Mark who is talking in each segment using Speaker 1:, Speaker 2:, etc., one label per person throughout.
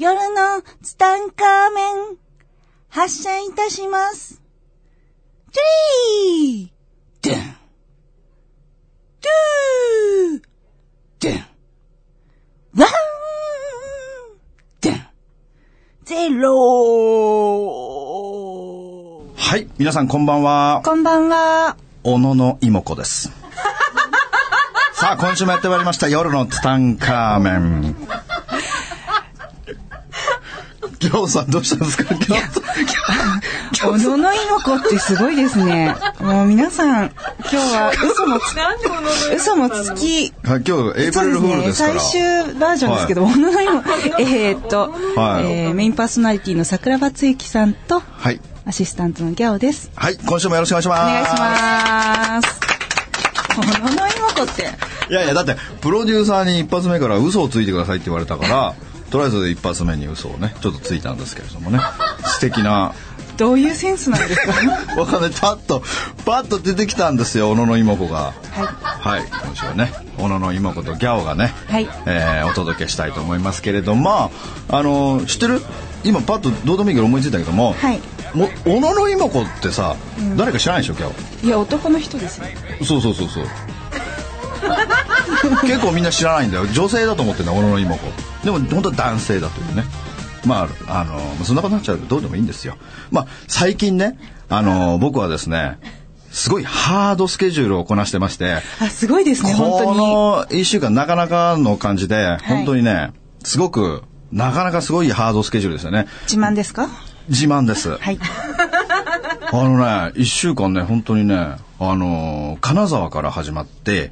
Speaker 1: のツタンカーメン、発射いたします。トゥリードゥントゥードゥンワンドゥンゼロー
Speaker 2: はい、皆さんこんばんは。
Speaker 1: こんばんは。
Speaker 2: 小野の妹子です。 さあ、今週もやってまいりました、夜のツタンカーメン。 りょうさんどうしたんですか今日、
Speaker 1: 小野の妹子ってすごいですね。もう皆さん、今日は嘘もつ、嘘もつき、
Speaker 2: 今日、今日エイ
Speaker 1: そ
Speaker 2: プ
Speaker 1: う
Speaker 2: リ
Speaker 1: です
Speaker 2: ルフール
Speaker 1: ね、
Speaker 2: ですか
Speaker 1: 最
Speaker 2: ら。
Speaker 1: 終バージョンですけど、小野の妹子、えーっと、
Speaker 2: はい
Speaker 1: えーメインパーソナリティの桜庭つゆきさんと、
Speaker 2: はい。
Speaker 1: アシスタントのギャオです。
Speaker 2: はい、今週もよろしくお願いします。
Speaker 1: お願いします。小野の妹子って、
Speaker 2: いやいや、だって、プロデューサーに一発目から嘘をついてくださいって言われたから、とりあえず一発目に嘘をね、ちょっとついたんですけれどもね。素敵な
Speaker 1: どういうセンスなんですか
Speaker 2: わかんないパッとパッと出てきたんですよ小野の妹子がはい、今週はね小野の妹子とギャオがね、
Speaker 1: はい
Speaker 2: えーお届けしたいと思いますけれどもあの知ってる今パッとどうでもいいから思いついたけども、
Speaker 1: はい
Speaker 2: も小野の妹子ってさ、誰か知らないでしょギャオ
Speaker 1: いや、男の人ですよ。
Speaker 2: そうそうそうそう 結構みんな知らないんだよ女性だと思ってるんだ小野の妹子でも本当は男性だというねまああのそんなことになっちゃうとどうでもいいんですよまあ最近ねあの僕はですねすごいハードスケジュールをこなしてまして
Speaker 1: あ、すごいですね、本当
Speaker 2: こ
Speaker 1: に。
Speaker 2: の1週間なかなかの感じで本当にね、すごくなかなかすごいハードスケジュールですよね
Speaker 1: 自慢ですか
Speaker 2: 自慢です、
Speaker 1: はい。
Speaker 2: あのね、一週間ね、本当にね、あのー金沢から始まって、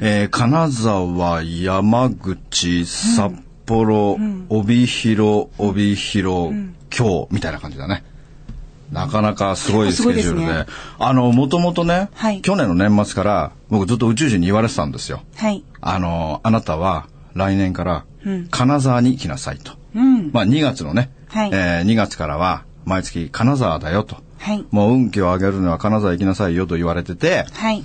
Speaker 2: えー金沢、山口、札幌、帯広、帯広、今日、みたいな感じだね。なかなかすごいスケジュール
Speaker 1: すごいで
Speaker 2: で。
Speaker 1: すね
Speaker 2: あの、もともとね、
Speaker 1: はい
Speaker 2: 去年の年末から、僕ずっと宇宙人に言われてたんですよ。
Speaker 1: はい。
Speaker 2: あの、あなたは来年から
Speaker 1: ん
Speaker 2: 金沢に来なさいと。
Speaker 1: うん。
Speaker 2: まあ2月のね、
Speaker 1: はい
Speaker 2: えー2月からは毎月金沢だよと。
Speaker 1: はい。
Speaker 2: もう運気を上げるのは金沢行きなさいよと言われてて、
Speaker 1: はい。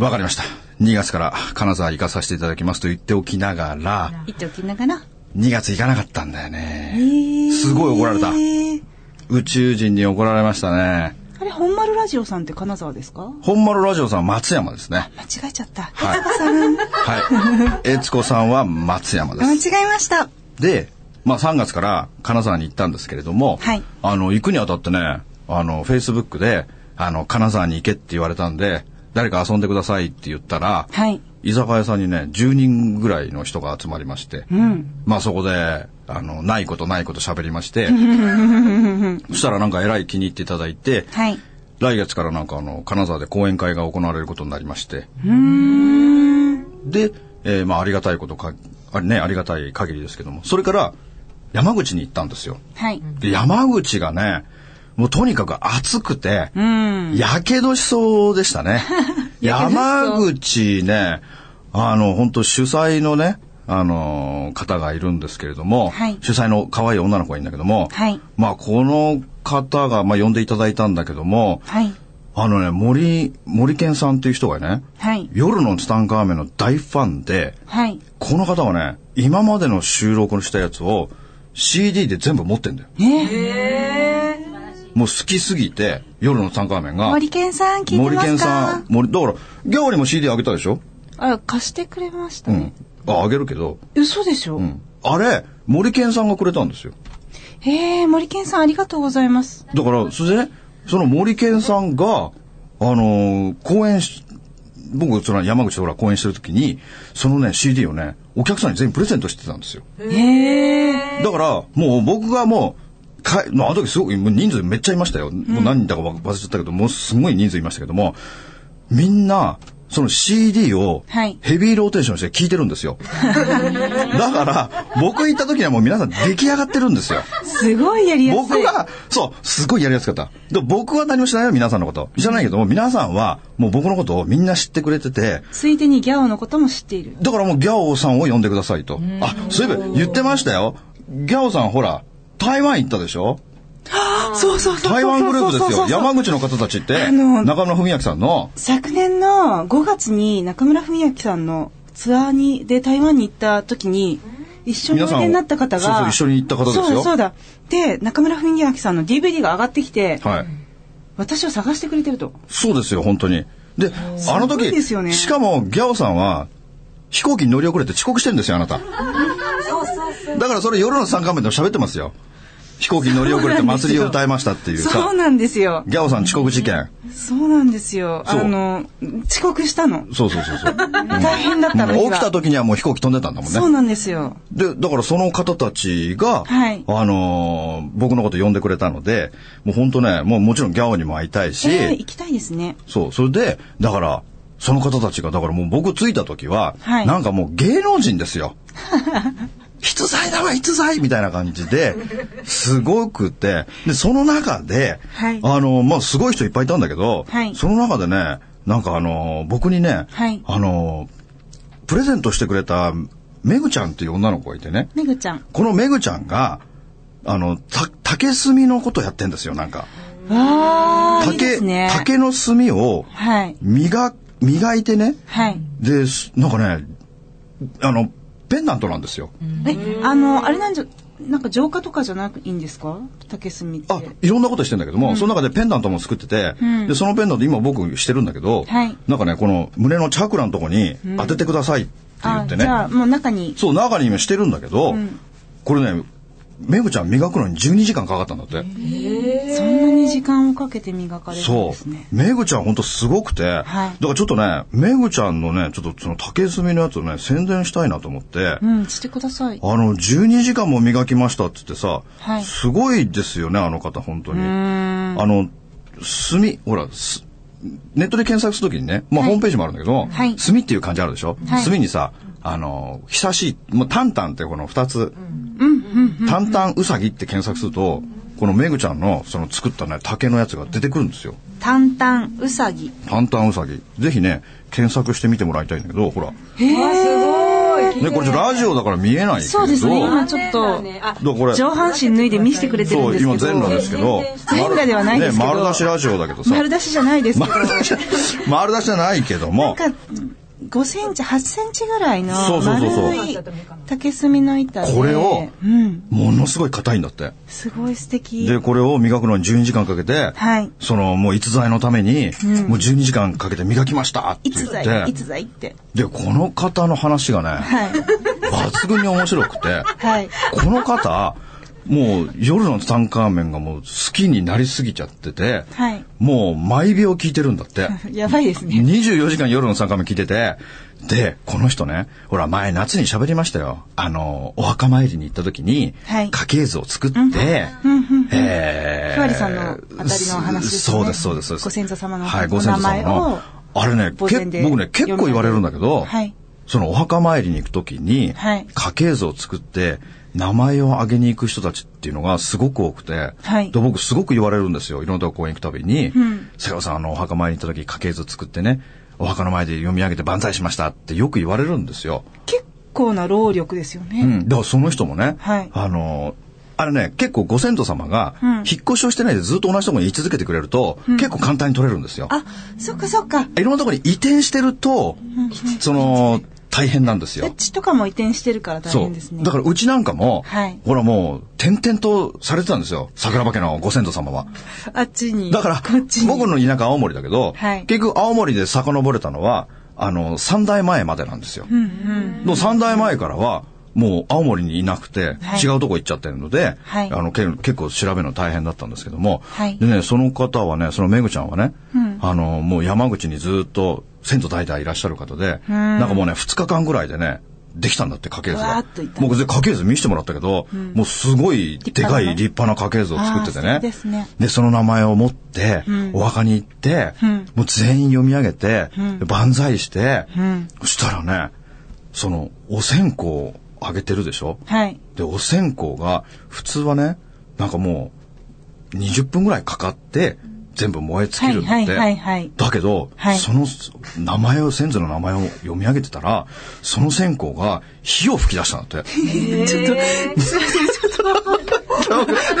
Speaker 2: わかりました。2月から金沢行かさせていただきますと言っておきながら、
Speaker 1: 言っておきながら。
Speaker 2: 2月行かなかったんだよね。す
Speaker 1: す
Speaker 2: ごい怒られた宇宙人に怒られましたね。
Speaker 1: あれ、本丸ラジオさんって金沢ですか
Speaker 2: 本丸ラジオさんは松山ですね。
Speaker 1: 間違えちゃった。
Speaker 2: はい
Speaker 1: 悦子さん。
Speaker 2: はい。悦子さんは松山で
Speaker 1: 間
Speaker 2: す。
Speaker 1: 違えました。
Speaker 2: で、まあ3月から金沢に行ったんですけれども、
Speaker 1: はい
Speaker 2: あの、行くにあたってね、あの、Facebook で、あの、金沢に行けって言われたんで、誰か遊んでくださいって言ったら、
Speaker 1: はい。
Speaker 2: 居酒屋さんにね、10人ぐらいの人が集まりまして、
Speaker 1: うん。
Speaker 2: まあそこで、あの、ないことないこと喋り まして、そしたらなんかえらい気に入っていただいて、
Speaker 1: はい。
Speaker 2: 来月からなんかあの、金沢で講演会が行われることになりまして、
Speaker 1: うーん。
Speaker 2: で、えーまあありがたいことか、あれね、ありがたい限りですけども、それから山口に行ったんですよ。
Speaker 1: はい。
Speaker 2: で山口がね、もうとにかく暑くて、
Speaker 1: うん。
Speaker 2: やけどしそうでし たね。山口ね、あの、本当主催のね、あの、方がいるんですけれども、
Speaker 1: はい
Speaker 2: 主催の可愛い女の子がいるんだけども、
Speaker 1: はい
Speaker 2: まあ、この方が、まあ、呼んでいただいたんだけども、
Speaker 1: はい。
Speaker 2: あのね、森、森健さんっていう人がね、
Speaker 1: はい。
Speaker 2: 夜のツタンカーメンの大ファンで、
Speaker 1: はい。
Speaker 2: この方はね、今までの収録のしたやつを CD で全部持ってんだよ。もう好きすぎて、夜のツタンカーメンが、
Speaker 1: 森健さん聞いてますか
Speaker 2: 森健さん、森、だから、ギャオにも CD あげたでしょ
Speaker 1: あ、貸してくれました
Speaker 2: う
Speaker 1: ね
Speaker 2: ん。。あ、あげるけど、
Speaker 1: 嘘でしょ、
Speaker 2: うん。あれ、森健さんがくれたんですよ。
Speaker 1: へえ、森健さんありがとうございます。
Speaker 2: だから、それでね、その森健さんが、あのー公演し、僕、その山口でほら公演してる時に、そのね、CD をね、お客さんに全員プレゼントしてたんですよ。
Speaker 1: へえ。
Speaker 2: だから、もう僕がもう、かい、まあ、あの時すごい、もう人数めっちゃいましたよ。もう何人だか忘れちゃったけど、もうすごい人数いましたけども、みんな、その CD を
Speaker 1: はい
Speaker 2: ヘビーローテーションして聴いてる んですよ。だから、僕行った時にはもう皆さん出来上がってるんですよ。
Speaker 1: すごいやりやすい。
Speaker 2: 僕が、そう、すごいやりやすかった。で僕は何も知らないよ、皆さんのこと。知らないけども、皆さんはもう僕のことをみんな知ってくれてて、
Speaker 1: ついでにギャオのことも知っている。
Speaker 2: だからもうギャオさんを呼んでくださいと。あ、そういえば言ってましたよ。ギャオさんほら、台湾行ったでしょ
Speaker 1: そうそうそうそうそうそうそう。
Speaker 2: 台湾グループですよ。山口の方たちって、
Speaker 1: あの
Speaker 2: 中村文明さんの、
Speaker 1: 昨年の5月に中村文明さんのツアーにで台湾に行った時に一緒においでになった方が
Speaker 2: 皆さんをそうそう一緒に行った方ですよ
Speaker 1: そうそうだで中村文明さんの DVD が上がってきて、
Speaker 2: はい。
Speaker 1: 私を探してくれてると
Speaker 2: そうですよ、本当に。で、あの
Speaker 1: すごい
Speaker 2: 時、
Speaker 1: ですよね
Speaker 2: しかもギャオさんは、飛行機に乗り遅れて遅刻してるんですよ、あなた。
Speaker 3: そうそうそう。
Speaker 2: だからそれ夜の3回目でも喋ってますよ。飛行機に乗り遅れて祭りを歌いましたっていう
Speaker 1: そ
Speaker 2: さ
Speaker 1: う、なんですよ
Speaker 2: ギャオさん遅刻事件。
Speaker 1: そうなんですよあ
Speaker 2: そう
Speaker 1: の遅刻したの
Speaker 2: そうそうそうそう。
Speaker 1: 大変だったの、
Speaker 2: も
Speaker 1: 日
Speaker 2: う
Speaker 1: が
Speaker 2: 起きた時にはもう飛行機飛んでたんだもんね。
Speaker 1: そうなんですよ
Speaker 2: で、だからその方たちが、
Speaker 1: はい
Speaker 2: あのー僕のこと呼んでくれたので、もう本当ね、もうもちろんギャオにも会いたいし、
Speaker 1: えー行きたいですね
Speaker 2: そう、それで、だから、その方たちが、だからもう僕着いた時は、
Speaker 1: はい
Speaker 2: なんかもう芸能人です よ。逸材だわ、逸材みたいな感じで、すごくて、で、その中で、
Speaker 1: はい
Speaker 2: あの、まあ、すごい人いっぱいいたんだけど、
Speaker 1: はい
Speaker 2: その中でね、なんかあの、僕にね、
Speaker 1: はい
Speaker 2: あの、プレゼントしてくれた、めぐちゃんっていう女の子がいてね、
Speaker 1: めぐちゃん
Speaker 2: このめぐちゃんが、あの、た、竹炭のことやってんですよ、なんか。
Speaker 1: わーいいで
Speaker 2: 竹、
Speaker 1: すね
Speaker 2: 竹の炭を、
Speaker 1: はい
Speaker 2: 磨、磨いてね。
Speaker 1: はい
Speaker 2: で、すなんかね、あの、ペンダントなんですよ。
Speaker 1: えあのあれなんじゃなんか浄化とかじゃなくいいんですか竹炭って
Speaker 2: あ、いろんなことしてんだけども、その中でペンダントも作ってて、
Speaker 1: うん
Speaker 2: で、そのペンダント今僕してるんだけど、
Speaker 1: はい
Speaker 2: なんかね、この胸のチャクラのとこに当ててくださいって言
Speaker 1: あ
Speaker 2: っ
Speaker 1: じ
Speaker 2: てね。
Speaker 1: ゃあもう中に
Speaker 2: そう、中に今してるんだけど、
Speaker 1: ん
Speaker 2: これね、めぐちゃん磨くのに12時間かかったんだって。
Speaker 1: そんなに時間をかけて磨かれるん
Speaker 2: そ
Speaker 1: ですね
Speaker 2: う。めぐちゃんほんとすごくて、だからちょっとね、めぐちゃんのね、ちょっとその竹炭のやつをね、宣伝したいなと思って、
Speaker 1: うんしてください
Speaker 2: あの、12時間も磨きましたって言ってさ、
Speaker 1: はい
Speaker 2: すごいですよね、あの方、本当に。あの、墨、ほら、すネットで検索するときにね、まあ、ホームページもあるんだけど、
Speaker 1: はい
Speaker 2: 墨っていう漢字あるでしょ、
Speaker 1: はい
Speaker 2: 墨にさ、あの、久しい、もう、タンタンってこの二つ、タンタンウサギって検索すると、このめぐちゃんの、その作ったね、竹のやつが出てくるんですよ。
Speaker 1: タンタンウサギ
Speaker 2: タンタンウサギ。ぜひね、検索してみてもらいたいんだけど、ほら。
Speaker 1: へえ
Speaker 2: ね、これちょっとラジオだから見えないけど、
Speaker 1: そうですね今ちょっ
Speaker 3: ね
Speaker 1: と
Speaker 3: ねあ、
Speaker 2: だからこれ、
Speaker 1: 上半身脱いで見せてくれてるん
Speaker 2: そう、
Speaker 1: ですけ
Speaker 2: 今
Speaker 1: ど
Speaker 2: 全裸ですけど。
Speaker 1: 全裸ではないですけど
Speaker 2: ね、丸出しラジオだけどさ。
Speaker 1: 丸出しじゃないですけど
Speaker 2: 丸出し、丸出しじゃないけども、
Speaker 1: なんか5センチ8センチぐらいの
Speaker 2: そうそうそうそう
Speaker 1: 丸い竹炭の板で
Speaker 2: これを
Speaker 1: うん、
Speaker 2: ものすごい硬いんだって。
Speaker 1: すごい素敵
Speaker 2: で、これを磨くのに12時間かけて、
Speaker 1: はい
Speaker 2: その、もう逸材のために、もう12時間かけて磨きましたって
Speaker 1: い
Speaker 2: 言
Speaker 1: つ
Speaker 2: っ
Speaker 1: だ
Speaker 2: て
Speaker 1: いい、つだいって
Speaker 2: で、この方の話がね、
Speaker 1: はい
Speaker 2: 抜群に面白くて、
Speaker 1: はい
Speaker 2: この方、もう夜のツタンカーメンがもう好きになりすぎちゃってて、
Speaker 1: はい
Speaker 2: もう毎秒聞いてるんだって。
Speaker 1: やばいですね
Speaker 2: 24時間夜の3回目聞いてて、で、この人ね、ほら前夏に喋りましたよ。あの、お墓参りに行った時に、
Speaker 1: はい
Speaker 2: 家系図を作って、えー
Speaker 1: ふわりさんのあたりのお話ですね
Speaker 2: そうです、そうです、そうです。
Speaker 1: ご先祖様の
Speaker 2: はい、ご先祖様
Speaker 1: お名前
Speaker 2: の
Speaker 1: を。
Speaker 2: あれね、け
Speaker 1: 墓前で
Speaker 2: 僕ね、結構言われるんだけど、
Speaker 1: はい
Speaker 2: そのお墓参りに行く時に、
Speaker 1: はい
Speaker 2: 家系図を作って、名前を挙げに行く人たちっていうのがすごく多くて、
Speaker 1: はい
Speaker 2: で僕すごく言われるんですよ。いろんなとこ公園行くたびに、
Speaker 1: ん
Speaker 2: 瀬川さん、あの、お墓参りに行った時、家系図作ってね、お墓の前で読み上げて万歳しましたってよく言われるんですよ。
Speaker 1: 結構な労力ですよ
Speaker 2: う
Speaker 1: ね、
Speaker 2: ん。だからその人もね、
Speaker 1: はい
Speaker 2: あの、あれね、結構ご先祖様が
Speaker 1: うん、
Speaker 2: 引っ越しをしてないでずっと同じとこに居続けてくれると、結構簡単に取れるんですよ。
Speaker 1: あそっかそっか
Speaker 2: いろんなとこに移転してると、その、大変なんです
Speaker 1: う
Speaker 2: よ。
Speaker 1: ちとかも移転してるから大
Speaker 2: そう
Speaker 1: 変です。ね
Speaker 2: だからうちなんかも、
Speaker 1: はい
Speaker 2: ほらもう、転々とされてたんですよ。桜庭家のご先祖様は。
Speaker 1: あっちに
Speaker 2: だから
Speaker 1: こっち、に
Speaker 2: 僕の田舎青森だけど、
Speaker 1: はい
Speaker 2: 結局青森で遡れたのは、あの、三代前までなんですよ。
Speaker 1: うんうん
Speaker 2: の三代前からは、もう青森にいなくて、
Speaker 1: はい
Speaker 2: 違うとこ行っちゃってるので、
Speaker 1: はい
Speaker 2: あのけ結構調べるの大変だったんですけども、
Speaker 1: はい
Speaker 2: でね、その方はね、そのめぐちゃんはね、
Speaker 1: うん
Speaker 2: あの、もう山口にずっと先祖代々いらっしゃる方で、
Speaker 1: うん
Speaker 2: なんかもうね、2日間ぐらいでね、できたんだって家系図
Speaker 1: わー
Speaker 2: が
Speaker 1: っといった。んだ
Speaker 2: もう家系図見せてもらったけど、もうすごいでかい立派な家系図を作ってて
Speaker 1: あーそ
Speaker 2: ね。
Speaker 1: うですね
Speaker 2: で、その名前を持って、
Speaker 1: ん
Speaker 2: お墓に行って、
Speaker 1: うん
Speaker 2: もう全員読み上げて、
Speaker 1: ん
Speaker 2: 万歳して、
Speaker 1: うん
Speaker 2: そしたらね、その、お線香をあげてるでしょ
Speaker 1: はい
Speaker 2: で、お線香が、普通はね、なんかもう、20分ぐらいかかって、全部燃え尽きるんだ
Speaker 1: は
Speaker 2: って。
Speaker 1: いはいはいはい
Speaker 2: だけど、
Speaker 1: はい
Speaker 2: その、名前を、先祖の名前を読み上げてたら、その線香が火を吹き出したんだって。
Speaker 1: ちょっと
Speaker 2: ギ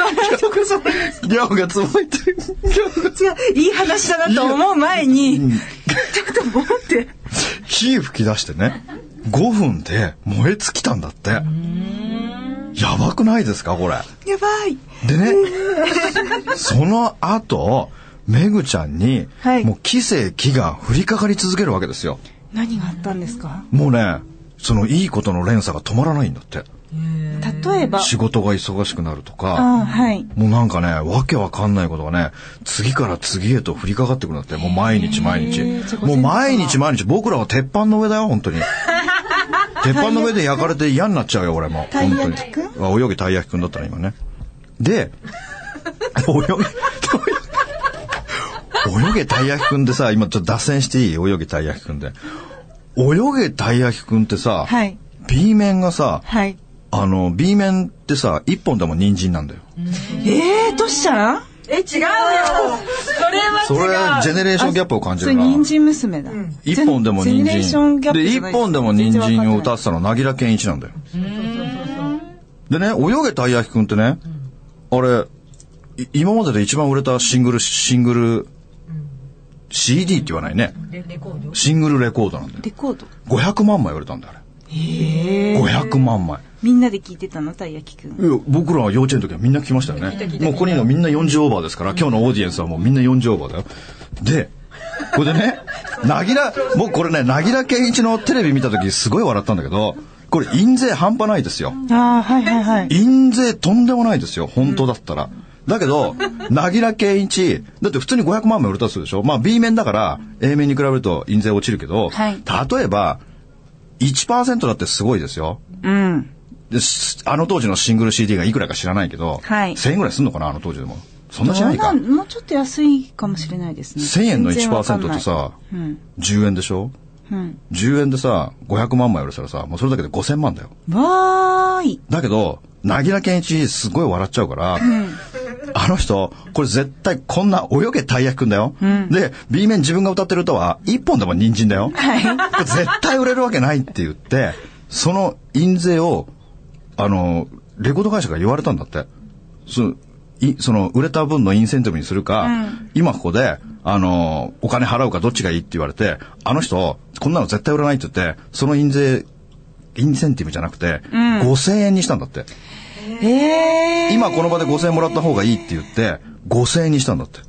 Speaker 2: ャオがつまいてる。
Speaker 1: 違う、いい話だなと思う前に、ちょっと思って。
Speaker 2: 火吹き出してね。 5分で燃え尽きたんだって。やばくないですか、これ。
Speaker 1: やばい。
Speaker 2: でね、その後、めぐちゃんに、
Speaker 1: はい
Speaker 2: もう奇世奇が降りかかり続けるわけですよ。
Speaker 1: 何があったんですか
Speaker 2: もうね、そのいいことの連鎖が止まらないんだって。
Speaker 1: 例えば。
Speaker 2: 仕事が忙しくなるとか、
Speaker 1: あはい。
Speaker 2: もうなんかね、わけわかんないことがね、次から次へと降りかかってくるんだって、もう毎日毎日。もう毎日毎日、僕らは鉄板の上だよ、本 当に。鉄板の上で焼かれて嫌になっちゃうよ、俺も。
Speaker 1: たい
Speaker 2: 本当
Speaker 1: 焼き
Speaker 2: に
Speaker 1: く。
Speaker 2: あ泳ぎたい焼きくんだったら今ね。で、 泳ぎ、泳げたい焼きくんでさ、今ちょっと脱線していい泳げたい焼きくんで。泳げたい焼きくんってさ、
Speaker 1: はい。
Speaker 2: B 面がさ、
Speaker 1: はい。
Speaker 2: あの、B 面ってさ、一本でも人参なんだよ。
Speaker 1: えー、としちゃん
Speaker 3: え、違うよ。それは
Speaker 2: それ、ジェネレーションギャップを感じ
Speaker 1: そ
Speaker 2: る
Speaker 1: れ
Speaker 2: な。
Speaker 1: 人参娘だ。
Speaker 2: 一本でも
Speaker 1: ジェ
Speaker 2: 人
Speaker 1: ネレーションギャッ
Speaker 2: 参。
Speaker 1: プ
Speaker 2: で、
Speaker 1: じ
Speaker 2: 一
Speaker 1: ゃないす
Speaker 2: 本でも人参を歌
Speaker 1: 全然わかんない
Speaker 2: ってたの、なぎら健一なんだよ。でね、泳げたい焼きくんってね、あれ、い今までで一番売れたシングル、シングル、CD って言わないね。シングルレコードなんだよ。
Speaker 1: レコード。
Speaker 2: 500万枚売れたんだよ、あれ。500万枚。
Speaker 1: みんなで聞いてたの、たい焼きくん。
Speaker 2: いや僕らは幼稚園の時はみんな来ましたよね。もうここにいるのみんな40オーバーですから、今日のオーディエンスはもうみんな40オーバーだよ。で、これで ね、なぎら、僕これね、なぎら健一のテレビ見た時すごい笑ったんだけど、これ印税半端ないですよ。
Speaker 1: ああ、はいはいはい。
Speaker 2: 印税とんでもないですよ、本当だったら。だけど、なぎら健一、だって普通に500万枚売れたとするでしょまあ B 面だから、A 面に比べると印税落ちるけど、
Speaker 1: はい
Speaker 2: 例えば、1%だってすごいですよ。
Speaker 1: うん。
Speaker 2: で、しあの当時のシングル CD がいくらか知らないけど、
Speaker 1: はい
Speaker 2: 1000円ぐらいすんのかな、あの当時でも。そん
Speaker 1: ど
Speaker 2: なしな
Speaker 1: う
Speaker 2: い
Speaker 1: な。
Speaker 2: か
Speaker 1: んもうちょっと安いかもしれないですね。
Speaker 2: 1000円の
Speaker 1: 全然わかん
Speaker 2: 1%
Speaker 1: な
Speaker 2: っ
Speaker 1: い
Speaker 2: てさ、
Speaker 1: うん。
Speaker 2: 10円でしょ
Speaker 1: うん。
Speaker 2: ?10 円でさ、500万枚売れたらさ、もうそれだけで5000万だよ。
Speaker 1: わーい。
Speaker 2: だけど、なぎら健一すごい笑っちゃうから、あの人、これ絶対こんな泳げたい役くんだよ。で、B 面自分が歌ってる歌は、一本でも人参だよ。これ絶対売れるわけないって言って、その印税を、あの、レコード会社から言われたんだって。そのいその売れた分のインセンティブにするか、今ここで、あの、お金払うかどっちがいいって言われて、あの人、こんなの絶対売れないって言って、その印税、インセンティブじゃなくて、5000円にしたんだって。
Speaker 1: えー。
Speaker 2: 今この場で5000円もらった方がいいって言って、5000円にしたんだって。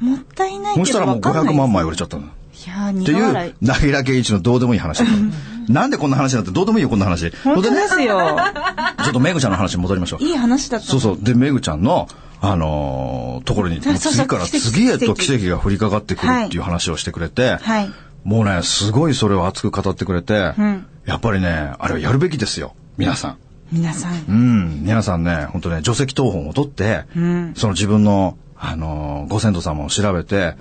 Speaker 1: もったいないけど。
Speaker 2: そしたらもう
Speaker 1: わかんな
Speaker 2: 500
Speaker 1: い
Speaker 2: 万枚売れちゃったんだ。
Speaker 1: いやー、
Speaker 2: って
Speaker 1: 苦
Speaker 2: い、。
Speaker 1: 笑いう
Speaker 2: なぎら健一のどうでもいい話だった。なんでこんな話になってどうでもいいよ、こんな話。
Speaker 1: 本当
Speaker 2: それ
Speaker 1: ですよ。
Speaker 2: ね、ちょっとめぐちゃんの話に戻りましょう。
Speaker 1: いい話だった。
Speaker 2: そうそう。で、めぐちゃんの、あのーところに、
Speaker 1: そうそう
Speaker 2: 次から
Speaker 1: 奇跡
Speaker 2: 次へと
Speaker 1: 奇
Speaker 2: 奇
Speaker 1: 跡
Speaker 2: 跡が降りかかってくるっていう話をしてくれて、
Speaker 1: はい
Speaker 2: もうね、すごいそれを熱く語ってくれて、
Speaker 1: ん
Speaker 2: やっぱりね、あれはやるべきですよ、皆さん。
Speaker 1: 皆さ。
Speaker 2: うんん、皆さんね、本当ね、除籍謄本を取って、
Speaker 1: ん
Speaker 2: その自分の、あのーご先祖様を調べて、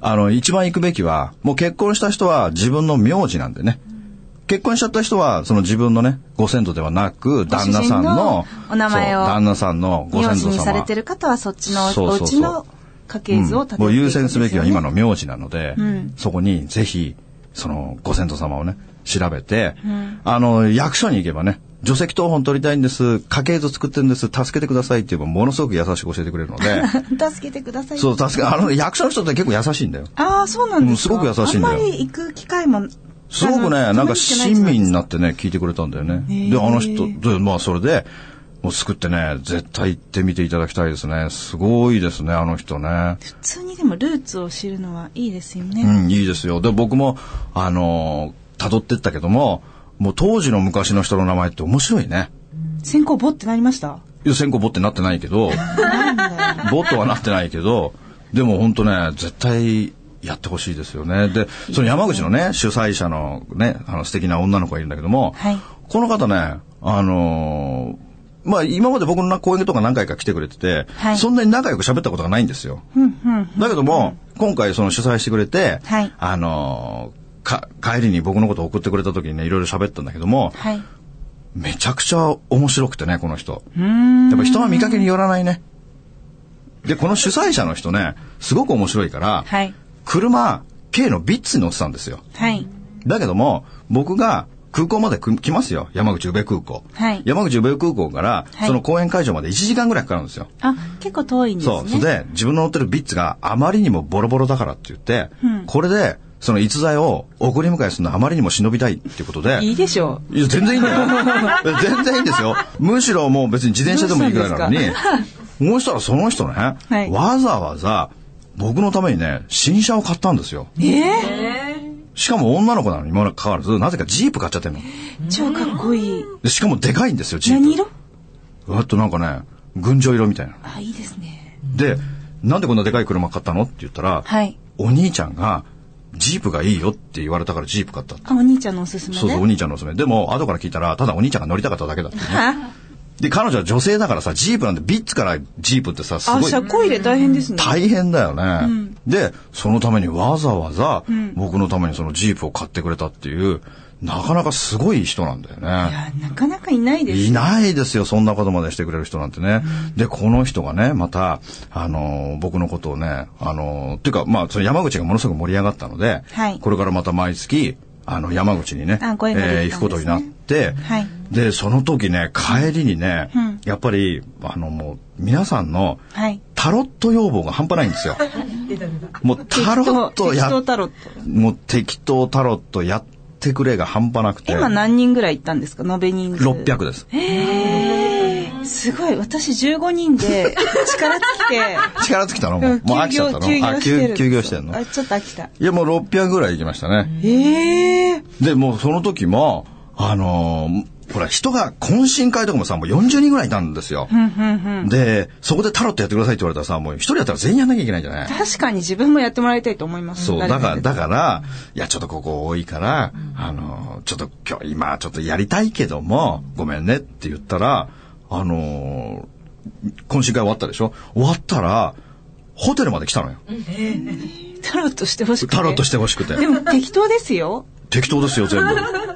Speaker 2: あの、一番行くべきは、もう結婚した人は自分の名字なんでね。結婚しちゃった人は、その自分のね、ご先祖ではなく、旦那さんの
Speaker 1: ご主人の、お名前を
Speaker 2: そう旦那さんのご
Speaker 1: 名
Speaker 2: 先
Speaker 1: 字
Speaker 2: 祖
Speaker 1: にされ
Speaker 2: 様。
Speaker 1: てる方はそっちの、
Speaker 2: そうそうそ
Speaker 1: お家
Speaker 2: う
Speaker 1: の家系図を立てていくんですよね、
Speaker 2: もう優先すべきは今の名字なので、
Speaker 1: ん
Speaker 2: そこにぜひ、その、ご先祖様をね、調べて、あの、役所に行けばね、除籍謄本取りたいんです、家系図作ってるんです、助けてくださいって言えばものすごく優しく教えてくれるの で、
Speaker 1: 助けてください。
Speaker 2: そう、助け、あの、役所の人って結構優しいんだよ。
Speaker 1: ああ、そうなんですか。
Speaker 2: うんすごく優しいんだよ
Speaker 1: あんまり行く機会も。
Speaker 2: すごく
Speaker 1: あ
Speaker 2: ね、
Speaker 1: の
Speaker 2: なんか親身に
Speaker 1: な。
Speaker 2: なってね、聞いてくれたんだよね。
Speaker 1: ー
Speaker 2: で、あの人、で、まあそれで、もう作ってね、絶対行ってみていただきたいですね。すごいですね、あの人ね。
Speaker 1: 普通にでもルーツを知るのはいいですよね。
Speaker 2: うん、いいですよ。で、僕も、あのー辿ってったけども、もう当時の昔の人の名前って面白いね。
Speaker 1: 先行ボってなりました
Speaker 2: 先行ボってなってないけど、
Speaker 1: なんだよ。
Speaker 2: ボットはなってないけど、でも本当ね、絶対やってほしいですよね。で、その山口のね、主催者のね、あの素敵な女の子がいるんだけども、
Speaker 1: はい
Speaker 2: この方ね、あのーまあ今まで僕の講演とか何回か来てくれてて、
Speaker 1: はい
Speaker 2: そんなに仲良く喋ったことがないんですよ。だけども、今回その主催してくれて、
Speaker 1: はい
Speaker 2: あのーか帰りに僕のことを送ってくれた時にね、いろいろ喋ったんだけども、
Speaker 1: はい。う
Speaker 2: めちゃくちゃ面白くてね、この人。
Speaker 1: ーん。
Speaker 2: やっぱ人は見かけによらないね。で、この主催者の人ね、すごく面白いから、
Speaker 1: はい。
Speaker 2: 車、K のビッツに乗ってたんですよ。
Speaker 1: はい。
Speaker 2: だけども、僕が空港までく来ますよ。山口宇部空港。
Speaker 1: はい
Speaker 2: 山口宇部空港から、
Speaker 1: はい
Speaker 2: その公演会場まで1時間ぐらいかかるんですよ。
Speaker 1: あ、結構遠いんですね。
Speaker 2: そう。それで、自分の乗ってるビッツがあまりにもボロボロだからって言って、これで、その逸材を送り迎えするのはあまりにも忍びたいっていうことで、
Speaker 3: いいでしょ
Speaker 2: いや、全然いいん だよ。全然いいんですよ。むしろもう別に自転車でもいいぐらいなのに
Speaker 3: ど
Speaker 2: そ
Speaker 3: うし、
Speaker 2: したらその人ね、
Speaker 1: はい
Speaker 2: わざわざ僕のためにね、新車を買ったんですよ。
Speaker 1: え
Speaker 2: しかも女の子なのにもかかわらず、なぜかジープ買っちゃってんの。
Speaker 1: ー、超かっこいい。
Speaker 2: でしかもでかいんですよ、ジープ。
Speaker 1: 何色
Speaker 2: あとなんかね、群青色みたいな。
Speaker 1: あ、いいですね。
Speaker 2: で、なんでこんなでかい車買ったのって言ったら、
Speaker 1: はい。
Speaker 2: お兄ちゃんが、ジープがいいよって言われたからジープ買ったって。
Speaker 1: あ、お兄ちゃんのおすすめで。
Speaker 2: そうそう、お兄ちゃんのおすすめ。でも、後から聞いたら、ただお兄ちゃんが乗りたかっただけだったね。
Speaker 1: あ
Speaker 2: で、彼女は女性だからさ、ジープなんで、ビッツからジープってさ、す
Speaker 1: あ、
Speaker 2: ごい
Speaker 1: 車庫入れ大変ですね。
Speaker 2: 大変だよね。で、そのためにわざわざ、僕のためにそのジープを買ってくれたっていう、なかなかすごい人なんだよ
Speaker 1: い
Speaker 2: ね。
Speaker 1: や、なかなかいないです。
Speaker 2: いないですよ、そんなことまでしてくれる人なんてね。で、この人がね、また、あのー僕のことをね、あのーっていうか、まあ、その山口がものすごく盛り上がったので、
Speaker 1: はい
Speaker 2: これからまた毎月、あの、山口にね、
Speaker 1: あご縁がで
Speaker 2: えー
Speaker 1: き
Speaker 2: 行
Speaker 1: たんで
Speaker 2: く
Speaker 1: すね
Speaker 2: ことになって、
Speaker 1: はい
Speaker 2: で、その時ね、帰りにね、
Speaker 1: うん
Speaker 2: やっぱり、あの、もう、皆さんの、
Speaker 1: はい。
Speaker 2: タロット要望が半端ないん ですよ。もうタロット
Speaker 1: 適
Speaker 2: や、
Speaker 1: 当タロット。
Speaker 2: もう適当タロットやってくれが半端なくて。
Speaker 1: 今何人ぐらい行ったんですか延べ人数。
Speaker 2: 600です。
Speaker 1: すごい。私15人で力尽きて、
Speaker 2: 力尽きたのも
Speaker 1: う
Speaker 2: うもう飽きちゃったの
Speaker 1: 休業
Speaker 2: あ
Speaker 1: して
Speaker 2: 休
Speaker 1: る
Speaker 2: 休業してんの
Speaker 1: あ、ちょっと飽きた。
Speaker 2: いやもう600ぐらい行きましたね。
Speaker 1: ええ
Speaker 2: で、もうその時も、あのーほら人が懇親会とかもさ、もう40人ぐらいいたんですよ。で、そこでタロットやってくださいって言われたらさ、もう一人やったら全員やんなきゃいけないんじゃない
Speaker 1: 確かに自分もやってもらいたいと思います。
Speaker 2: そう、だ
Speaker 1: 誰
Speaker 2: から、
Speaker 1: でも
Speaker 2: だから、いや、ちょっとここ多いから、あの、ちょっと今日、今、ちょっとやりたいけども、ごめんねって言ったら、あのー懇親会終わったでしょ終わったら、ホテルまで来たのよ。
Speaker 1: タロットしてほしくて。
Speaker 2: タロットしてほしくて。
Speaker 1: でも適当ですよ。
Speaker 2: 適当ですよ、全部。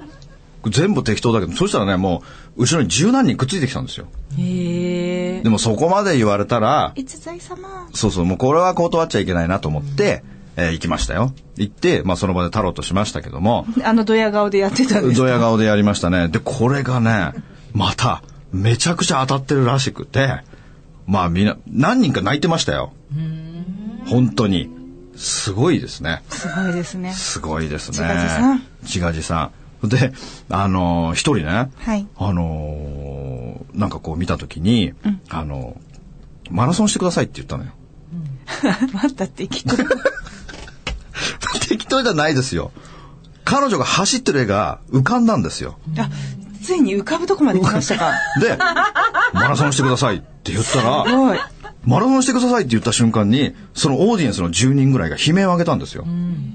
Speaker 2: 全部適当だけど、そしたらね、もう、後ろに十何人くっついてきたんですよ。
Speaker 1: ええ
Speaker 2: でもそこまで言われたら、
Speaker 1: 逸材様。
Speaker 2: そうそう、もうこれは断っちゃいけないなと思って、えー行きましたよ。行って、まあその場でタロットしましたけども、
Speaker 1: あのドヤ顔でやってたんです
Speaker 2: ドヤ顔でやりましたね。で、これがね、また、めちゃくちゃ当たってるらしくて、まあみんな、何人か泣いてましたよ。本当に。すごいですね。
Speaker 1: すごいですね。
Speaker 2: すごいですね。
Speaker 1: 自画自賛
Speaker 2: 自画自賛。で、あのー一人ね、
Speaker 1: はい
Speaker 2: あのーなんかこう見たときに、あのーマラソンしてくださいって言ったのよ。
Speaker 1: また適当。
Speaker 2: 適当じゃないですよ。彼女が走ってる絵が浮かんだんですよ。
Speaker 1: あ、ついに浮かぶとこまで来ましたか。
Speaker 2: で、マラソンしてくださいって言ったら
Speaker 1: す、ごい。
Speaker 2: マラソンしてくださいって言った瞬間に、そのオーディエンスの10人ぐらいが悲鳴を上げたんですよ。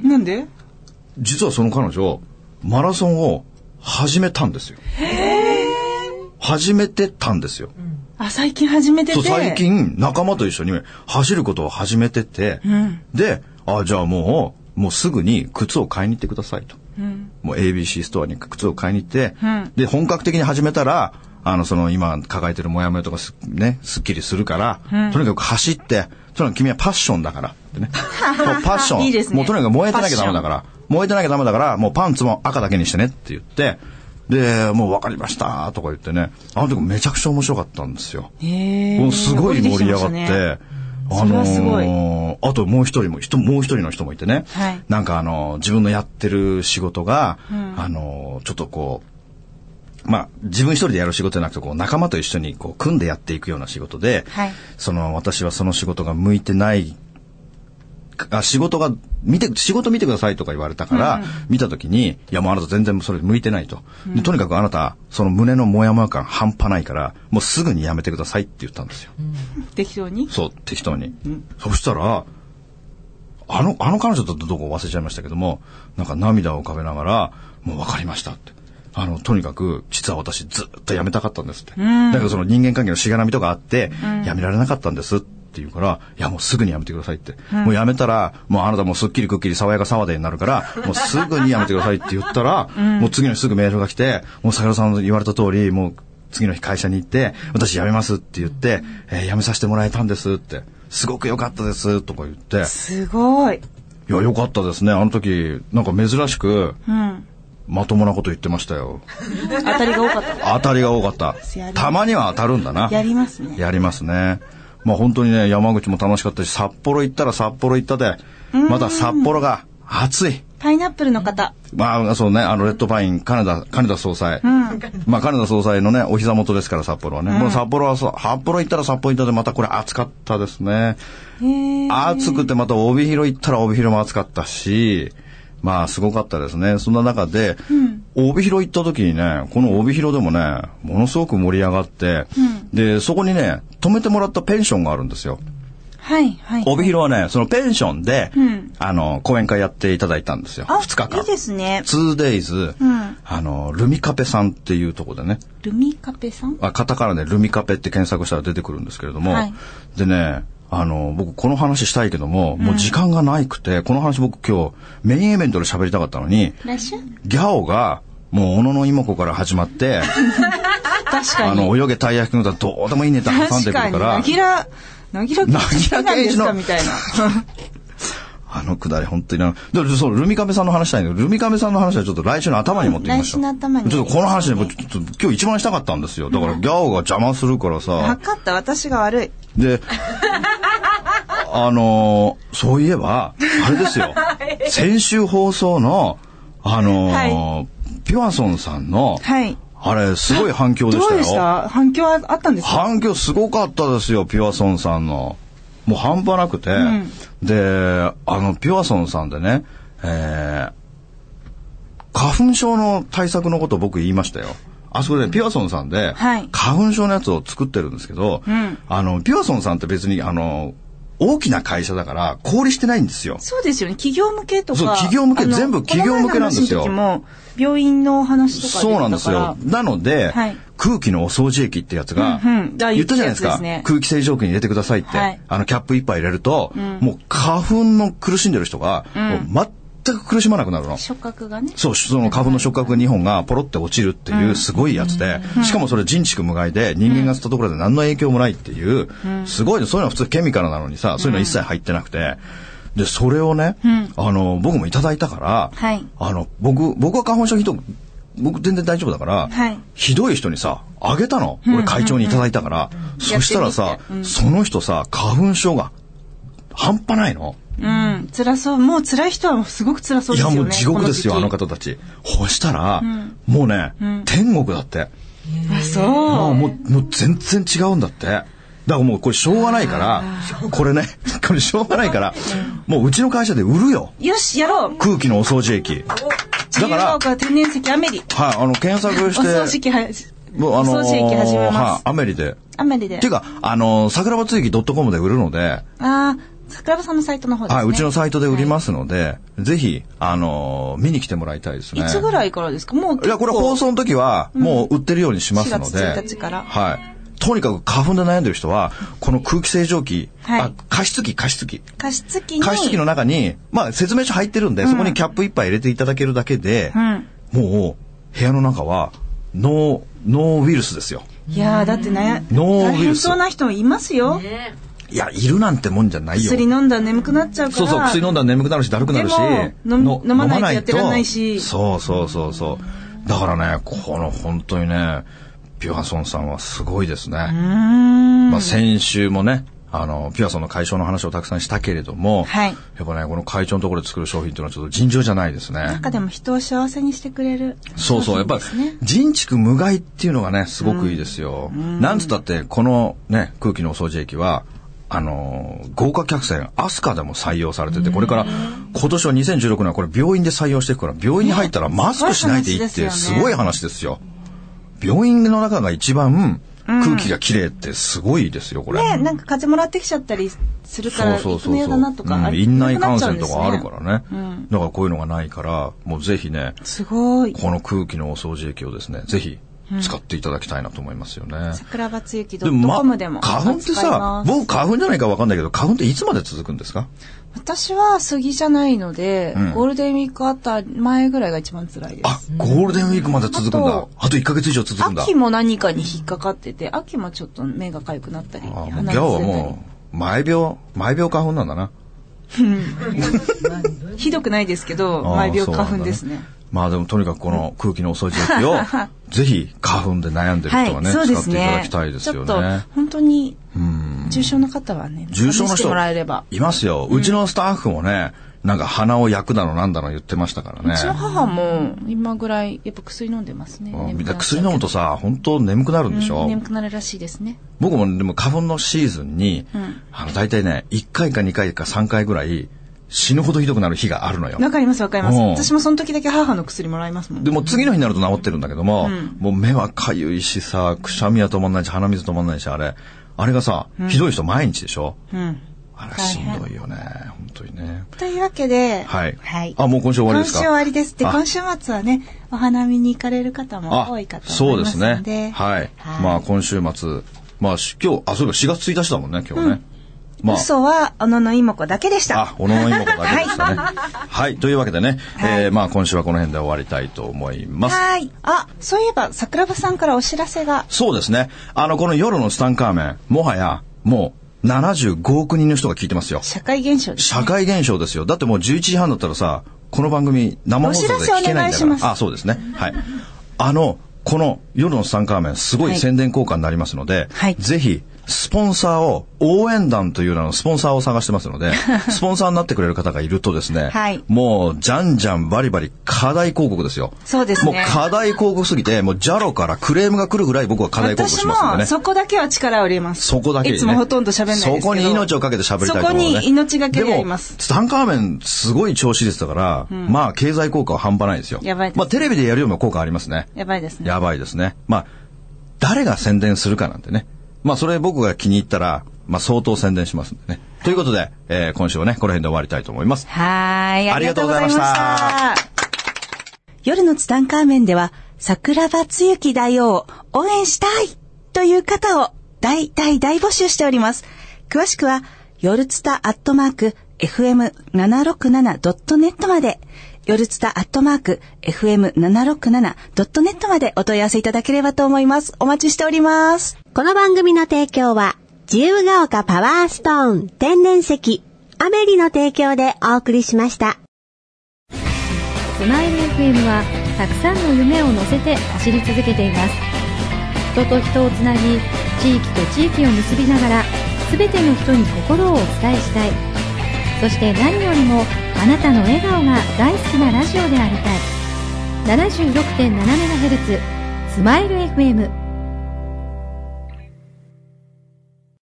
Speaker 1: なんで
Speaker 2: 実はその彼女、マラソンを始めたんですよ。始めてたんですよ。
Speaker 1: あ、最近始めて
Speaker 2: そ
Speaker 1: て。
Speaker 2: う、最。近仲間と一緒に走ることを始めてて、
Speaker 1: ん
Speaker 2: で、あ、じゃあもう、もうすぐに靴を買いに行ってくださいと。
Speaker 1: うん。
Speaker 2: もう ABC ストアに靴を買いに行って、
Speaker 1: うん
Speaker 2: で、本格的に始めたら、あの、その今抱えてるモヤモヤとかす、ね、すっきりするから、とにかく走って、とにかく君はパッションだから、ってね。もうパッション。
Speaker 1: いいですね
Speaker 2: もうとにかく燃えてなきゃダメだから、燃えてなきゃダメだから、もうパンツも赤だけにしてねって言って、で、もう分かりました、とか言ってね、あの時めちゃくちゃ面白かったんですよ。
Speaker 1: へえ
Speaker 2: もうすごい盛り上がって、あ
Speaker 1: それ
Speaker 2: の
Speaker 1: はすごい
Speaker 2: ーあともう一人も、人、もう一人の人もいてね、
Speaker 1: はい
Speaker 2: なんかあのー、自分のやってる仕事が、あのー、ちょっとこう、まあ、自分一人でやる仕事じゃなくて、こう、仲間と一緒に、こう、組んでやっていくような仕事で、
Speaker 1: はい
Speaker 2: その、私はその仕事が向いてない、あ仕事が、見て、仕事見てくださいとか言われたから、見たときに、いや、もうあなた全然それ向いてないと。でとにかくあなた、その胸のモヤモヤ感半端ないから、もうすぐにやめてくださいって言ったんですよ。
Speaker 1: 適当に。
Speaker 2: そう、適当に。そしたら、あの、あの彼女だったどこ忘れちゃいましたけども、なんか涙を浮かべながら、もう分かりましたって。あの、とにかく、実は私ずっと辞めたかったんですって。だけどその人間関係のしがらみとかあって、辞められなかったんですって言うから、いやもうすぐに辞めてくださいって。もう辞めたら、もうあなたもうすっきりくっきり爽やか沢でになる から、もうすぐに辞めてくださいって言ったら、もう次の日すぐメールが来て、もうさよさんの言われた通り、もう次の日会社に行って、私辞めますって言って、えー辞めさせてもらえたんですって、すごく良かったですとか言って、
Speaker 1: すごい。
Speaker 2: いや、良かったですね。あの時、なんか珍しく、
Speaker 1: うん。
Speaker 2: まともなこと言ってましたよ。
Speaker 1: 当たりが多かった。
Speaker 2: 当たりが多かった
Speaker 1: やり。
Speaker 2: たまには当たるんだな。
Speaker 1: やりますね。
Speaker 2: やりますね。まあ本当にね、山口も楽しかったし、札幌行ったら札幌行ったで、また札幌が暑い。
Speaker 1: パイナップルの方。
Speaker 2: まあ、そうね、あの、レッドパイン、金田、金田総裁。まあ、金田総裁のね、お膝元ですから、札幌はね。この札幌はそう、札幌行ったら札幌行ったで、またこれ暑かったですね。暑くて、また帯広行ったら帯広も暑かったし、まあ、すごかったですね。そんな中で、帯広行った時にね、この帯広でもね、ものすごく盛り上がって、で、そこにね、泊めてもらったペンションがあるんですよ。
Speaker 1: はい、はい。
Speaker 2: 帯広はね、そのペンションで、
Speaker 1: うん
Speaker 2: あの、講演会やっていただいたんですよ。
Speaker 1: あ
Speaker 2: 2日間。
Speaker 1: いいですね。
Speaker 2: 2days、
Speaker 1: ん
Speaker 2: あの、ルミカペさんっていうところでね、
Speaker 1: ルミカペさん
Speaker 2: あカタカナでルミカペって検索したら出てくるんですけれども、
Speaker 1: はい
Speaker 2: でね、あの、僕この話したいけども、もう時間がないくて、この話僕今日メインイベントで喋りたかったのに、
Speaker 1: 来週
Speaker 2: ギャオが、もう、小野の妹子から始 まって、
Speaker 1: 確か
Speaker 2: あ
Speaker 1: に。
Speaker 2: の、泳げたい焼きの歌どうでもいいネタ挟んで
Speaker 1: 確
Speaker 2: くるか
Speaker 1: かに。
Speaker 2: ら
Speaker 1: な、ぎら、なぎら
Speaker 2: なぎら
Speaker 1: 何
Speaker 2: 刑
Speaker 1: で
Speaker 2: 事
Speaker 1: す
Speaker 2: の
Speaker 1: かみたいな。
Speaker 2: あのくだり本当にあの、だそう、ルミカメさんの話したいんだけど、ルミカメさんの話はちょっと来週の頭に持ってきま
Speaker 1: 来
Speaker 2: した。
Speaker 1: 週の頭に
Speaker 2: ちょっとこの話ね、僕ちょっと今日一番したかったんですよ。だからギャオが邪魔するから
Speaker 1: わ
Speaker 2: さ、
Speaker 1: かった、私が悪い。
Speaker 2: で、あのーそういえば、あれで すよ、先週放送の、あのー
Speaker 1: は
Speaker 2: ピュアソンさんの、
Speaker 1: はい。
Speaker 2: あれ、すごい反響で
Speaker 1: ど
Speaker 2: した
Speaker 1: う
Speaker 2: よ。
Speaker 1: でした反響はあったんですか
Speaker 2: 反響すごかったですよ、ピュアソンさんの。もう半端なくて。
Speaker 1: ん
Speaker 2: で、あの、ピュアソンさんでね、えー、花粉症の対策のことを僕言いましたよ。あそこでピュアソンさんで、
Speaker 1: はい
Speaker 2: 花粉症のやつを作ってるんですけど、
Speaker 1: ん
Speaker 2: あの、ピュアソンさんって別に、あの、大きな会社だから、小売してないんですよ。
Speaker 1: そうですよね。企業向けとか。
Speaker 2: そう企業向け
Speaker 1: あの
Speaker 2: 全部企業向けなんですよ
Speaker 1: この前の話の時も、病院の話とか
Speaker 2: そうなんですよ。なので、
Speaker 1: はい
Speaker 2: 空気のお掃除液ってやつが、
Speaker 1: うんうんあ
Speaker 2: 言ったじゃないです
Speaker 1: 言
Speaker 2: か
Speaker 1: ってたやつですね
Speaker 2: 空気清浄機に入れてくださいって、
Speaker 1: はい
Speaker 2: あのキャップ一杯入れると、もう花粉の苦しんでる人が、もう全く苦しまなくなるの。
Speaker 1: 触覚がね。
Speaker 2: そう、その花粉の触覚が2本がポロって落ちるっていうすごいやつで、しかもそれ人畜無害で人間が吸ったところで何の影響もないっていう、すごいね、そういうのは普通ケミカルなのにさ、そういうのは一切入ってなくて、で、それをね、あの、僕もいただいたから、
Speaker 1: はい
Speaker 2: あの、僕、僕は花粉症ひどく、僕全然大丈夫だから、
Speaker 1: はい
Speaker 2: ひどい人にさ、あげたの。俺会長にいただいたから、そしたら
Speaker 1: やっ
Speaker 2: さ
Speaker 1: て、
Speaker 2: その人さ、花粉症が半端ないの。
Speaker 1: うん。辛そう。もう辛い人はすごく辛そう
Speaker 2: い
Speaker 1: ですよ
Speaker 2: や
Speaker 1: ね。
Speaker 2: もう地獄ですよ、あ
Speaker 1: こ
Speaker 2: の
Speaker 1: 時期
Speaker 2: 方たち。ほしたら、もうね、天国だって。
Speaker 1: あ、そう。
Speaker 2: もう、もう全然違うんだって。だからもうこれしょうがないから、これね、 これしょうがないから、もううちの会社で売るよ。
Speaker 1: よし、やろう。
Speaker 2: 空気のお掃除液。
Speaker 1: 自由
Speaker 2: だから
Speaker 1: が丘天然石アメリ。
Speaker 2: はい、あの、検索
Speaker 1: お掃除
Speaker 2: して、
Speaker 1: 機はじ、
Speaker 2: もうあ
Speaker 1: お掃除液始めます
Speaker 2: はい、アメリで。
Speaker 1: アメリで。
Speaker 2: っていうか、あの、桜庭つゆき .com で売るので、
Speaker 1: ああ、桜庭さんのサイトの方ですね。
Speaker 2: はい、うちのサイトで売りますので、ぜひ、あの、見に来てもらいたいですね。
Speaker 1: いつぐらいからですかもう
Speaker 2: い
Speaker 1: 結構。
Speaker 2: や、これ放送の時は、もう売ってるようにしますので。
Speaker 1: 4月1日から
Speaker 2: はい。とにかく花粉で悩んでる人は、この空気清浄機、
Speaker 1: はい
Speaker 2: あ、加湿器、加湿器。
Speaker 1: 加湿器に。
Speaker 2: 加湿器の中に、まあ説明書入ってるんで、そこにキャップ一杯入れていただけるだけで、
Speaker 1: ん
Speaker 2: もう、部屋の中は、ノー、ノーウイルスですよ。
Speaker 1: いやー、だってね、
Speaker 2: ノー
Speaker 1: 大
Speaker 2: ウイル
Speaker 1: 変
Speaker 2: ス
Speaker 1: そうな人もいますよ。
Speaker 2: いや、いるなんてもんじゃないよ。
Speaker 1: 薬飲んだら眠くなっちゃうから。
Speaker 2: そうそう、薬飲んだら眠くなるし、だるくなるし
Speaker 1: で、も飲
Speaker 2: の
Speaker 1: 飲まないとやってらんないし
Speaker 2: 飲まないとそうそうそうそう。だからね、この本当にね、ピュアソンさんはすごいですね。まあ先週もね、あの、ピュアソンの解消の話をたくさんしたけれども、
Speaker 1: はい
Speaker 2: やっぱね、この会長のところで作る商品というのはちょっと尋常じゃないですね
Speaker 1: なん。かでも人を幸せにしてくれる。
Speaker 2: そうそう、やっぱり
Speaker 1: ですね、
Speaker 2: 人畜無害っていうのがね、すごくいいですよ。なんつったって、このね、空気のお掃除液は、あのー豪華客船、アスカでも採用されてて、これから、今年は2016年はこれ病院で採用していくから、病院に入ったらマスクしないでいいっ
Speaker 1: すごい話ですよ
Speaker 2: て、
Speaker 1: ね
Speaker 2: すごい話ですよ。病院の中が一番空気がきれいってすごいですよ、これ。
Speaker 1: ね、なんか風もらってきちゃったりするから、
Speaker 2: そうそう
Speaker 1: 行くの嫌
Speaker 2: そうそう
Speaker 1: だなとか、あ
Speaker 2: うん
Speaker 1: れ
Speaker 2: 院内
Speaker 1: なくな
Speaker 2: 感
Speaker 1: っちゃうんで
Speaker 2: 染と
Speaker 1: すね
Speaker 2: かあるからね。だからこういうのがないから、もうぜひね、
Speaker 1: すごい。
Speaker 2: この空気のお掃除液をですね、ぜひ使っていただきたいなと思いますよね。
Speaker 1: 桜庭つゆき
Speaker 2: もま
Speaker 1: .com でも。
Speaker 2: 花粉っ
Speaker 1: 扱
Speaker 2: て
Speaker 1: い
Speaker 2: さ
Speaker 1: ま、す
Speaker 2: 僕花粉じゃないかわかんないけど、花粉っていつまで続くんですか
Speaker 1: 私は杉じゃないので、
Speaker 2: うん
Speaker 1: ゴールデンウィークあった前ぐらいが一番辛いで
Speaker 2: あ
Speaker 1: す。、
Speaker 2: ゴールデンウィークまで続くん
Speaker 1: あ
Speaker 2: だ
Speaker 1: と。
Speaker 2: あと1ヶ月以上続くんだ。
Speaker 1: 秋も何かに引っかかってて、秋もちょっと目が痒くなったり、
Speaker 2: あもうギ
Speaker 1: 鼻
Speaker 2: ャ
Speaker 1: が
Speaker 2: オは
Speaker 1: すれた
Speaker 2: もう、毎秒、毎秒花粉なんだな。
Speaker 1: り。ひどくないですけど、
Speaker 2: あー
Speaker 1: 毎秒
Speaker 2: そうなんだ
Speaker 1: 花粉ですね。
Speaker 2: まあでもとにかくこの空気のお掃除液 を、ぜひ花粉で悩んでる人はね、
Speaker 1: そう
Speaker 2: 使
Speaker 1: で
Speaker 2: っ
Speaker 1: す
Speaker 2: ていただ
Speaker 1: ね。
Speaker 2: きたいです
Speaker 1: ちょ
Speaker 2: よ
Speaker 1: っと
Speaker 2: ね。、
Speaker 1: 本当に、
Speaker 2: うん
Speaker 1: 重症の方はね、
Speaker 2: 重症の
Speaker 1: 試して
Speaker 2: 人
Speaker 1: もらえれば。
Speaker 2: いますよ。うちのスタッフもね、なんか鼻を焼くだのなんだの言ってましたからね
Speaker 4: うち。の母も今ぐらいやっぱ薬飲んでますね。
Speaker 2: うん
Speaker 4: 眠
Speaker 2: み
Speaker 4: く
Speaker 2: んな
Speaker 4: っちゃ
Speaker 2: 薬
Speaker 4: うけど
Speaker 2: 飲むとさ、本当眠くなるんでしょ、
Speaker 4: うん眠くなるらしいですね。
Speaker 2: 僕もでも花粉のシーズンに、あの大体ね、1回か2回か3回ぐらい死ぬほどひどくなる日があるのよ。
Speaker 4: わかりますわかります。
Speaker 2: うん
Speaker 4: 私もその時だけ母の薬もらいますもん。
Speaker 2: でもう次の日になると治ってるんだけども、もう目はかゆいしさ、くしゃみは止まんないし、鼻水止まんないし、あれ。あれがさ、ひどい人毎日でしょ
Speaker 4: うん。
Speaker 2: あれしんどいよね、本当にね。
Speaker 4: というわけで、
Speaker 2: はい。
Speaker 1: はい
Speaker 2: あ、もう今週終わ
Speaker 4: 今
Speaker 2: りで
Speaker 4: 週
Speaker 2: すか
Speaker 4: 終わりですって、
Speaker 2: あ
Speaker 4: 今週末はね、お花見に行かれる方も多いかと思いますので。
Speaker 2: そうですね。はい。まあ今週末、まあし今日、あ、そういえば4月1日だもんね、今日ね。まあ、
Speaker 1: 嘘は、小野の妹子だけでした。
Speaker 2: あ、小野の妹子だけでしたね。 はい。というわけでね、えーまあ今週はこの辺で終わりたいと思います。
Speaker 1: はい。
Speaker 4: あ、そういえば、桜庭さんからお知らせが。
Speaker 2: そうですね。あの、この夜のツタンカーメン、もはや、もう、75億人の人が聞いてますよ。
Speaker 4: 社会現象です。
Speaker 2: 社会現象ですよ。だってもう11時半だったらさ、この番組生放送で聞けな
Speaker 4: お
Speaker 2: いんだ
Speaker 4: 知らせお願い
Speaker 2: か
Speaker 4: し
Speaker 2: ら。
Speaker 4: ま
Speaker 2: あ、そうですね。はい。あの、この夜のツタンカーメン、すごい宣伝効果になりますので、
Speaker 1: はい
Speaker 2: ぜひ、スポンサーを、応援団という名のスポンサーを探してますので、スポンサーになってくれる方がいるとですね、
Speaker 1: はい
Speaker 2: もう、じゃんじゃんバリバリ課題広告ですよ。
Speaker 1: そうです
Speaker 2: もう
Speaker 1: ね。
Speaker 2: 課題広告すぎて、もう JALO からクレームが来るぐらい僕は課題広告
Speaker 4: 私
Speaker 2: しますんで
Speaker 4: も、
Speaker 2: ね。
Speaker 4: そこだけは力を入れます。
Speaker 2: そこだけにね
Speaker 4: いつもほとんど喋んないですけど。
Speaker 2: そこに命をかけて喋りたいと思う、ね。
Speaker 4: そこに命がけでやります
Speaker 2: でもツタンカーメン、すごい調子でしたから、まあ、経済効果は半端ないですよ。
Speaker 4: やばいです
Speaker 2: まあ、テレビでやるよりも効果ありますね。
Speaker 4: やばいですね。
Speaker 2: やばいですね。まあ、誰が宣伝するかなんてね。まあ、それ僕が気に入ったら、まあ、相当宣伝しますんでね。ということで、えー今週はね、この辺で終わりたいと思います。
Speaker 1: はーい。
Speaker 2: ありがとうございました
Speaker 1: ありがとうございました。夜のツタンカーメンでは、桜庭つゆき大王を応援したいという方を大大大募集しております。詳しくは、夜ツタアットマーク fm767.net まで、夜ツタアットマーク fm767.net までお問い合わせいただければと思います。お待ちしております。
Speaker 5: この番組の提供は、自由が丘パワーストーン天然石、アメリの提供でお送りしました。
Speaker 6: スマイル FM はたくさんの夢を乗せて走り続けています人と人をつなぎ地域と地域を結びながら全ての人に心をお伝えしたいそして何よりもあなたの笑顔が大好きなラジオでありたい 76.7MHz スマイル FM